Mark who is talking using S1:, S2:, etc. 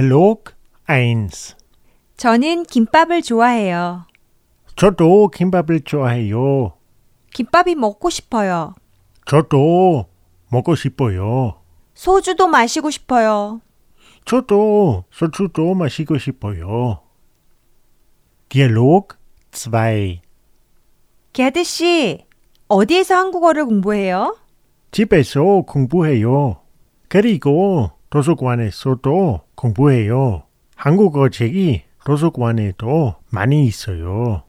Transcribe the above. S1: Dialog 1.
S2: 저는 김밥을 좋아해요.
S1: 저도 김밥을 좋아해요.
S2: 김밥이 먹고 싶어요.
S1: 저도 먹고 싶어요.
S2: 소주도 마시고 싶어요.
S1: 저도 소주도 마시고 싶어요. Dialog 2.
S2: 게드 씨, 어디에서 한국어를 공부해요?
S1: 집에서 공부해요. 그리고 도서관에서도 공부해요. 한국어 책이 도서관에도 많이 있어요.